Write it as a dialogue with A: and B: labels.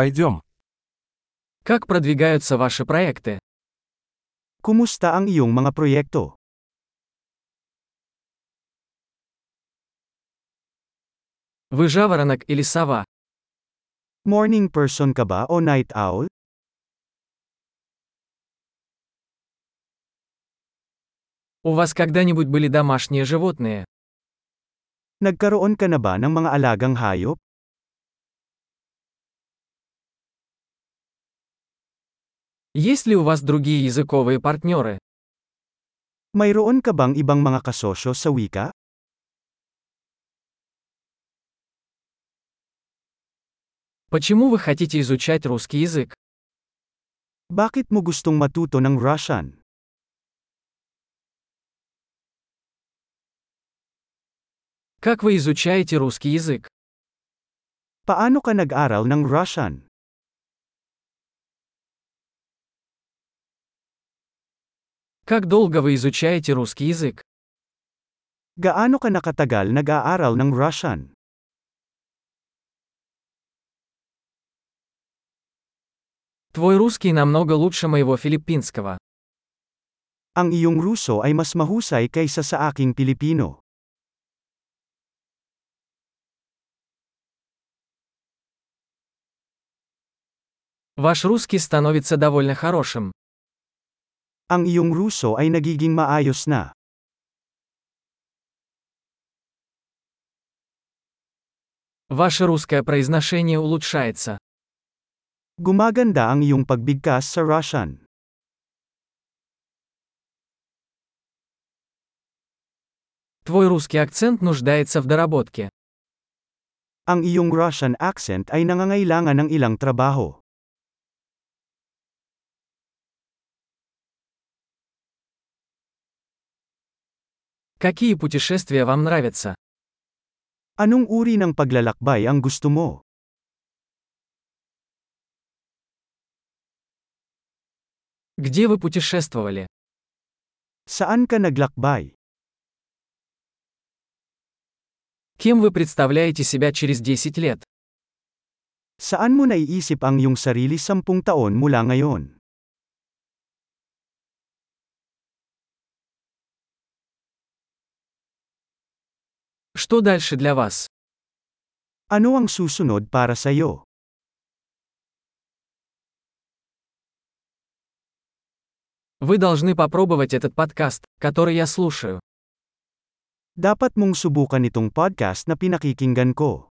A: Пойдем.
B: Как продвигаются ваши проекты?
C: Kumusta ang iyong mga proyekto?
B: Вы жаворонок или сова?
C: Morning person ka ba o night owl?
B: У вас когда-нибудь были домашние животные?
C: Nagkaroon ka na ba ng mga alagang hayop?
B: Есть ли у вас другие языковые партнеры?
C: Mayroon ka bang ibang mga kasosyo sa wika?
B: Почему вы хотите изучать русский язык?
C: Bakit mo gustong matuto ng Russian?
B: Как вы изучаете русский язык?
C: Paano ka nag-aral ng Russian?
B: Как долго вы изучаете русский язык?
C: Gaano ka nakatagal nag-aaral ng Russian?
B: Твой русский намного лучше моего филиппинского.
C: Ang iyong Ruso ay mas mahusay kaysa sa aking Pilipino.
B: Ваш русский становится довольно хорошим.
C: Ang iyong Ruso ay nagiging maayos na.
B: Ваше русское произношение улучшается.
C: Gumaganda ang iyong pagbigkas sa Russian.
B: Твой русский акцент нуждается в доработке.
C: Ang iyong Russian accent ay nangangailangan ng ilang trabaho.
B: Какие путешествия вам нравятся?
C: Anong uri ng paglalakbay ang gusto mo?
B: Где вы путешествовали?
C: Saan ka naglakbay?
B: Кем вы представляете себя через 10 лет?
C: Saan mo naiisip ang iyong sarili sampung taon mula ngayon?
B: Что дальше для вас?
C: Ano ang susunod para sa iyo?
B: Вы должны попробовать этот подкаст, который я слушаю.
C: Dapat mong subukan itong podcast na pinakikinggan ko.